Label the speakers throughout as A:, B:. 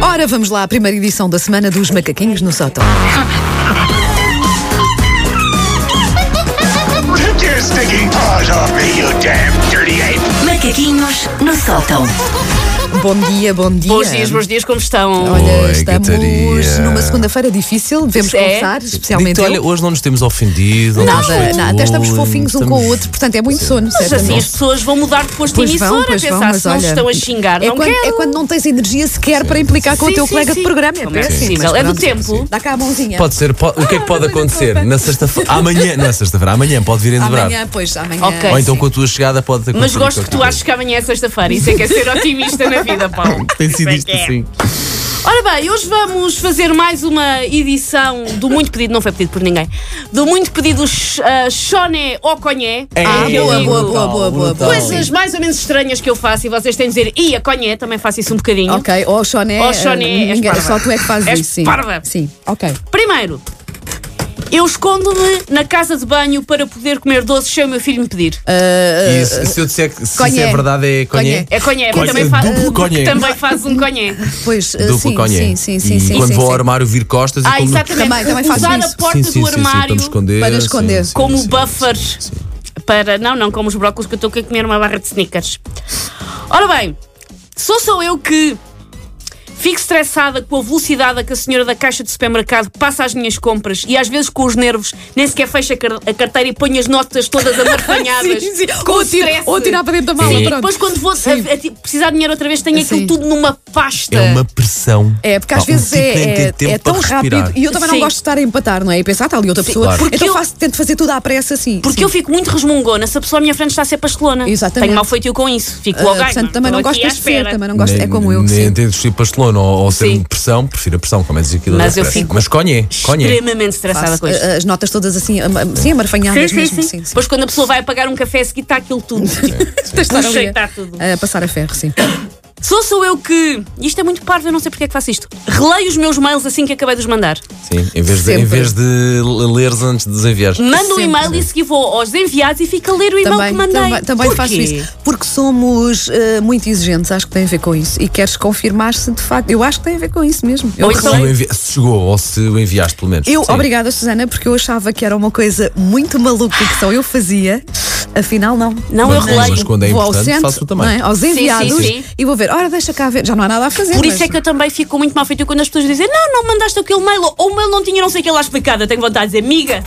A: Ora, vamos lá à primeira edição da semana dos Macaquinhos no Sótão.
B: Take your stinking paws off me, you damn dirty ape!
C: Macaquinhos no sótão.
A: Bom dia, bom dia.
D: Bons dias, bons dias, como estão?
A: é. Olha,
E: Oi,
A: estamos
E: Catarina.
A: numa segunda-feira difícil, devemos
D: É?
A: começar, especialmente
E: Dito, olha,
A: eu.
E: hoje não nos temos ofendido. não
A: Nada,
E: nos foi
A: nada,
E: bullying,
A: estamos fofinhos um com o
E: estamos-
A: outro, portanto é muito sono,
D: Mas assim as
A: certamente.
D: pessoas vão mudar depois de
A: Pois
D: emissora,
A: vão, pois
D: pensar
A: vão, mas
D: se não
A: olha,
D: estão a xingar.
A: É
D: não
A: quando,
D: quero.
A: é quando não tens energia sequer para implicar com o
D: Sim,
A: teu
D: sim,
A: colega
D: sim.
A: de programa. É
D: Como é
A: péssimo.
D: possível?
A: mas
D: É do
A: pronto.
D: tempo.
A: Dá cá a mãozinha.
E: Pode ser, po- o que é que pode
A: Ah,
E: acontecer?
A: desculpa.
E: Na sexta-feira. Amanhã, não é sexta-feira, amanhã pode vir endobrar.
A: Amanhã, é assim. pois, amanhã.
D: Ok.
E: Ou então
D: sim.
E: com a tua chegada pode acontecer.
D: Mas gosto que tu aches que amanhã é sexta-feira. Isso é que é ser otimista na vida, Paulo.
E: Tem sido isto assim.
D: Ora bem, hoje vamos fazer mais uma edição do muito pedido, não foi pedido por ninguém, do muito pedido uh, Choné ou Conhé.
A: Ah,
E: é
D: que eu
A: boa,
D: digo.
A: boa, boa, boa, boa, boa.
D: Coisas mais ou menos estranhas que eu faço e vocês têm de dizer, e a Conhé, também faço isso um bocadinho.
A: Ok, ou Xoné.
D: Ó, Xoné,
A: eh,
D: és
A: ninguém-
D: parva.
A: Só tu é que fazes
D: És
A: isso, sim.
D: parva.
A: Sim, ok.
D: Primeiro, eu escondo-me na casa de banho para poder comer doces sem o meu filho me pedir.
E: E se, se eu disser que se isso
A: Ah, Conhé.
E: é verdade, é
A: Conhé.
E: conhé.
D: É conhé,
E: Conhé,
D: também, fa
E: duplo conhé. É
D: também faz um conhé.
A: Pois, eh,
E: Duplo
A: sim, sim,
E: conhé.
A: sim, sim,
E: E
A: sim,
E: quando
A: sim,
E: vou ao
A: sim.
E: armário, vir costas é e
D: Ah,
E: como.
D: exatamente.
A: Também- também faz
D: Usar
A: isso.
D: a porta
E: sim, sim,
D: do
E: sim, sim, para
D: armário
E: me esconder.
A: Para esconder. um
E: sim, sim,
D: como
E: sim,
D: buffer para. Não, não, como os brócolos que eu estou aqui a comer uma barra de sneakers. Ora bem, sou só eu que fico estressada com a velocidade a que a senhora da caixa de supermercado passa as minhas compras e às vezes com os nervos nem sequer fecha a car- a carteira e põe as notas todas amarfanhadas.
A: Sim, sim.
D: Com
A: Ou tira-
D: stress.
A: ou tirar para dentro da mala,
D: Sim.
A: pronto.
D: Depois quando vou a- a- a- precisar de dinheiro outra vez tenho
A: Sim.
D: aquilo tudo numa pasta.
E: É uma pressão.
A: É, porque às
E: Pá, um
A: vezes
E: tipo nem
A: é,
E: tem
A: é-
E: tempo
A: é tão
E: para respirar.
A: rápido. E eu também não
D: Sim.
A: gosto de estar a empatar, não é? E pensar, está ali outra pessoa.
E: claro.
A: Então
D: eu-
A: faço, tento fazer tudo à pressa, sim.
D: Porque
A: sim.
D: eu fico muito resmungona se a pessoa à minha frente está a ser pastelona.
A: Exatamente.
D: Tenho mal feitio com isso. Fico
A: Ah,
D: logo ai,
A: portanto,
D: mano,
A: também não
D: estou
A: gosto
D: aqui à
A: de ser,
D: espera.
A: também não gosto. É
E: Nem-
A: como eu,
E: Nem
A: sim.
E: entendo se pastelona ou, ou ser
D: Sim.
E: de pressão, prefiro a pressão, como é dizer aquilo.
D: Mas
E: da
D: eu
E: pressa.
D: fico
E: Mas conhé, conhé.
D: Extremamente estressada
A: Faço,
D: com isto.
A: ah, as notas todas assim, am- am- sim, amarfanhadas mesmo, sim. sim.
D: Depois, quando a pessoa vai apagar um café, a seguir está aquilo tudo.
A: Tens de estar ali a-
D: Rejeitar tudo.
A: a passar a ferro, sim.
D: Sou sou eu que. Isto é muito parvo, eu não sei porque é que faço isto. Releio os meus mails assim que acabei de os mandar.
E: Sim, em vez, de,
A: Sempre.
E: em vez de leres antes de desenviar.
D: Mando um
A: Sempre.
D: e-mail e a seguir vou aos enviados e fico a ler o e-mail É que
A: Também,
D: mandei.
A: também, também
D: Porquê?
A: faço isso. Porque somos eh, muito exigentes, acho que tem a ver com isso. E queres confirmar se de facto. Eu acho que tem a ver com isso mesmo. Eu
D: Ou
E: Se,
D: então-
A: relei-
E: o envi- se chegou ou se o enviaste, pelo menos.
A: Eu,
E: Sim.
A: obrigada, Susana, porque eu achava que era uma coisa muito maluca que só eu fazia. Afinal, não.
D: Não, eu
E: Mas-
D: releio.
E: mas quando é
A: vou ao
E: importante,
A: centro,
E: faço também.
A: não é? aos
D: sim,
A: enviados
D: sim.
A: e vou ver. Ora, deixa cá ver. Já não há nada a fazer.
D: Por isso
A: mas-
D: é que eu também fico muito mal feito quando as pessoas dizem não, não mandaste aquele mail ou o mail não tinha não sei o que lá explicado. Eu tenho vontade de dizer, amiga,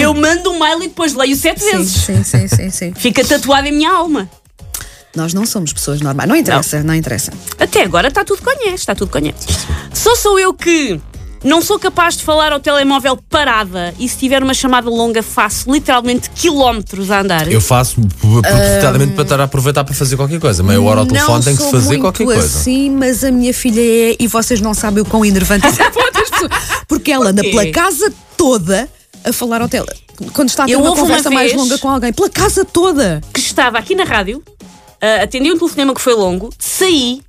D: eu mando um mail e depois leio sete
A: Sim,
D: vezes.
A: sim, sim, sim, sim.
D: Fica tatuado em minha alma.
A: Nós não somos pessoas normais. Não interessa, não, interessa.
D: Até agora está tudo conhece, está tudo conhece. Só sou eu que não sou capaz de falar ao telemóvel parada e se tiver uma chamada longa faço literalmente quilómetros a andar.
E: Eu faço propositadamente para estar a aproveitar para fazer qualquer coisa. Meia hora ao telefone tem que se
A: sou
E: fazer
A: muito
E: qualquer coisa.
A: assim, mas a minha filha é e vocês não sabem o quão enervante isso é para outras pessoas. Porque ela anda
D: quê?
A: pela casa toda a falar ao tele. Quando está a ter
D: Eu
A: uma
D: houve uma
A: conversa mais
D: vez-
A: longa com alguém, pela casa toda.
D: Que estava aqui na rádio, ah, atendi um telefonema que foi longo, saí,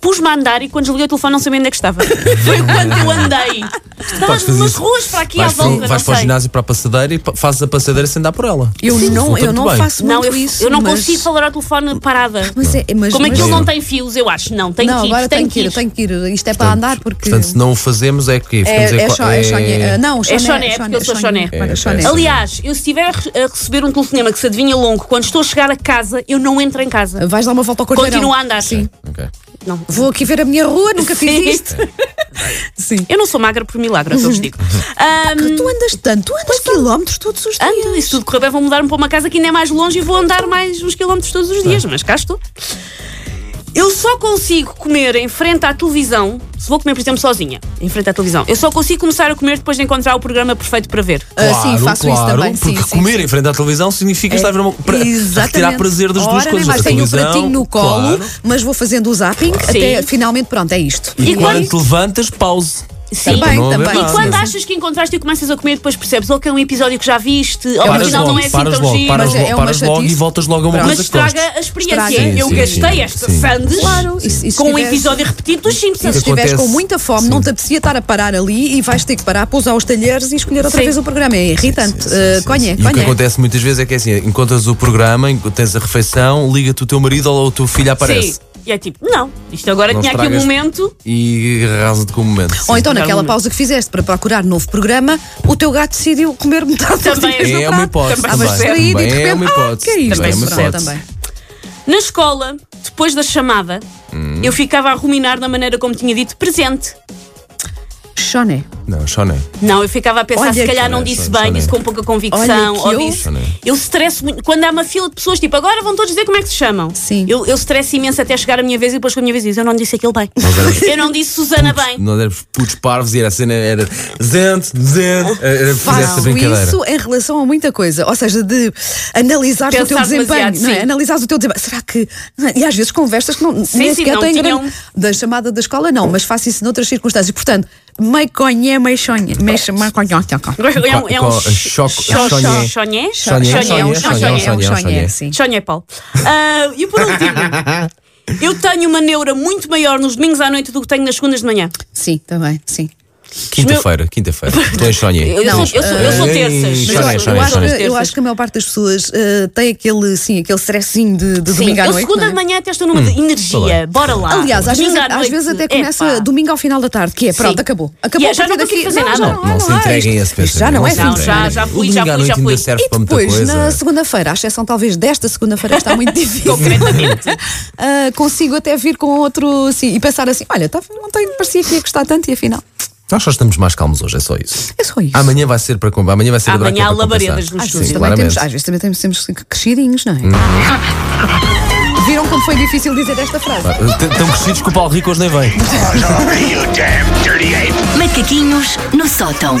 D: pus-me a andar e quando desliguei o telefone não sabia onde é que estava. foi quando eu andei.
A: Tá
D: Estava
E: fazer
D: umas
E: isso.
D: ruas para aqui
E: Vais,
D: à
E: para,
D: volta,
E: vais
D: não
E: para o
D: sei.
E: ginásio para a passadeira e pa- fazes a passadeira sem dar por ela.
A: Eu
E: Isso
A: não,
E: resulta
A: eu
E: muito
A: não
E: bem.
A: faço
D: Não,
A: muito
D: eu,
A: isso.
D: eu não
A: mas-
D: consigo falar ao telefone parada.
A: Mas é, mas,
D: Como
A: mas-
D: aquilo
E: mas-
D: não tem fios, eu acho. Não, tem
A: Não,
D: que ir,
A: agora
D: tem
A: tenho que ir, tenho que ir. Isto é para andar porque.
E: Portanto, se não o fazemos, é que ficamos
A: é, é,
E: qua-
A: só- é Xoné. Ah, Não, Xoné.
D: Xoné, porque eu sou Xoné.
A: Olha,
E: É,
A: Xoné.
E: é.
D: Aliás, eu se estiver a re- a receber um telefonema que se adivinha longo, quando estou a chegar a casa, eu não entro em casa.
A: Vais dar uma volta ao quarteirão.
D: Continuo a andar.
A: Sim.
E: Ok.
D: Não.
A: Vou aqui ver a minha rua, nunca fiz isto. Sim.
D: Eu não sou magra por milagre, é o que eu vos digo. Ahm,
A: Tu andas tanto, tu
D: é.
A: andas quilómetros todos os dias.
D: ando, e se tudo correr bem, vou mudar-me para uma casa que ainda é mais longe e vou andar mais uns quilómetros todos os
E: É.
D: dias, mas cá estou. Eu só consigo comer em frente à televisão, se vou comer, por exemplo, sozinha, em frente à televisão, eu só consigo começar a comer depois de encontrar o programa perfeito para ver.
A: Ah,
E: Claro,
A: sim, faço
E: claro,
A: isso também.
E: Porque
A: sim, sim, É,
E: comer em frente à televisão significa estar a ver uma, para
A: Exatamente.
E: retirar prazer das
A: Ora,
E: duas
A: nem
E: coisas.
A: mais
E: da
A: tenho o
E: televisão,
A: pratinho no colo,
E: claro.
A: mas vou fazendo o zapping até finalmente, pronto, é isto.
E: E,
D: E
E: quando
D: quando-
E: te levantas, pause.
D: Sim.
E: Para não
A: Também,
E: haver
A: também.
E: nada.
D: E quando achas que encontraste e começas a comer, depois percebes, ok, é um episódio que já viste, ou
E: Paras
D: afinal não
E: logo,
D: é assim
E: paras
D: tão
E: logo,
D: giro.
E: paras
A: Mas é
E: logo,
A: uma
E: paras logo e
A: chatice.
E: voltas logo a uma
D: Mas
E: coisa que gostes.
D: estraga a experiência.
A: Estraga.
E: Sim,
D: Eu
E: sim,
D: gastei
E: sim,
D: esta
E: sim.
D: Sandes
A: Claro, e se- e se
D: com um
A: tiveres-
D: episódio repetido dos
A: E se
D: Simpsons.
A: estiveres com
E: acontece.
A: muita fome, não te apetecia estar a parar ali e vais ter que parar, pousar os talheres e escolher outra
D: Sim.
A: vez o programa. É irritante.
E: Sim,
A: Eh,
E: sim, sim.
A: Conhe,
E: E o que
A: conhe.
E: acontece muitas vezes é que é assim: encontras o programa, enco- tens a refeição, liga-te o teu marido ou o teu filho aparece.
D: Sim. E é tipo, não, isto agora
E: Não
D: tinha aqui um
E: estragas-
D: momento.
E: E arrasa-te com o momento.
A: Ou então,
D: Sim,
A: naquela
D: alguma.
A: pausa que fizeste para procurar novo programa, o teu gato decidiu comer metade do
D: Também
A: que
D: és
A: tinhas no
E: é uma
A: prato.
E: hipótese.
D: Também
E: Também,
A: Estavas distraído e de
E: Também
A: repente.
E: é uma hipótese.
A: Ah, que é isto?
E: Também é uma
A: Pronto,
E: hipótese.
A: também.
D: Na escola, depois da chamada, eu ficava a ruminar na maneira como tinha dito presente.
A: Choné.
E: Não, só não. é.
D: Não, eu ficava a pensar,
A: Olha
D: se calhar
A: que-
D: não
E: Olha,
D: disse
E: só-
D: bem,
E: só
D: disse
E: nem.
D: com pouca convicção,
A: Olha que
D: ou
A: eu-
D: disse.
E: Só nem.
D: Eu estresso muito. Quando há uma fila de pessoas, tipo, agora vão todos dizer como é que se chamam.
A: Sim.
D: Eu, eu estresso imenso até chegar a minha vez e depois, quando a minha vez, diz, eu não disse aquilo bem.
E: Nós éramos
D: eu não disse Susana bem.
E: Nós éramos putos parvos e era a cena era zente, zente. eh, Era era fazer essa
A: Faço
E: brincadeira.
A: isso em relação a muita coisa, ou seja, de analisar o teu
D: Pensar
A: desempenho,
D: demasiado,
A: não é?
D: sim.
A: Analisares o teu desempenho. Será que. é? E às vezes conversas que não, nem
D: sim,
A: sequer
D: não
A: têm
D: tinham-
A: grande- Da chamada da escola, não, mas faço isso noutras circunstâncias. Portanto, meio conhé, meio chonhé. meio ch- meio conhé, conhé, conhé.
D: É um, é um
E: Co- co-
D: ch-
E: choque-
D: cho- chonhé.
E: chonhé. Chonhé,
A: É um
E: chonhé,
A: chonhé, é um
E: chonhé,
A: chonhé,
E: chonhé.
A: sim.
D: Chonhé é Paulo. Ah, e por último, eu tenho uma neura muito maior nos domingos à noite do que tenho nas segundas de manhã.
A: Sim, também, sim.
E: Quinta-feira, quinta-feira. Tu és
D: Eu,
E: Sonhei.
A: Não,
D: sou, eu, sou, eu sou
E: eh,
D: terças.
E: Mas
A: Mas olha,
E: Chonhé,
A: eu,
E: chonhé,
A: acho
E: chonhé.
A: Que, eu acho que a maior parte das pessoas eh, tem aquele, sim, aquele stressinho de, de
D: Sim,
A: domingo à
D: eu
A: noite.
D: segunda
A: não é?
D: de manhã até estou numa de
E: tô
D: energia.
E: bem.
D: Bora lá.
A: Aliás, às
D: Ah, Domingo
A: vezes,
D: à
A: às
D: noite,
A: vezes até começa
D: epá.
A: domingo ao final da tarde, que é pronto, acabou. Acabou
D: E é, já
A: a partir
D: não consigo
A: daqui.
D: fazer
A: não,
D: nada.
A: Já não, há,
E: Não se
A: há
E: entreguem a
A: isto.
E: esse
A: Isto
E: pensamento.
A: já não é
E: se
D: Não,
E: entreguem.
D: já- já fui,
E: O
D: já
E: domingo à
D: fui,
E: noite
D: já
E: ainda
D: fui.
E: serve
A: E
E: para muita
A: depois, na
E: coisa.
A: segunda-feira, à exceção talvez desta segunda-feira, está muito difícil.
D: Concretamente.
A: Ah, consigo até vir com outro, sim, e pensar assim: olha, tá, ontem parecia que ia gostar tanto e afinal.
E: Nós só estamos mais calmos hoje, é só isso.
A: É só isso.
E: Amanhã vai ser para comprar. Amanhã vai ser é
D: Amanhã
E: para
D: há
E: compensar.
D: labaredas no
A: Às
D: estúdio.
A: vezes,
E: Sim,
A: também temos,
E: claramente.
A: às vezes também temos, temos crescidinhos, não é?
E: Uhum.
A: Viram como foi difícil dizer esta frase?
E: Estão crescidos que o Paulo Rico hoje nem vem.
B: paws off me, you damn dirty ape!
C: Macaquinhos no sótão.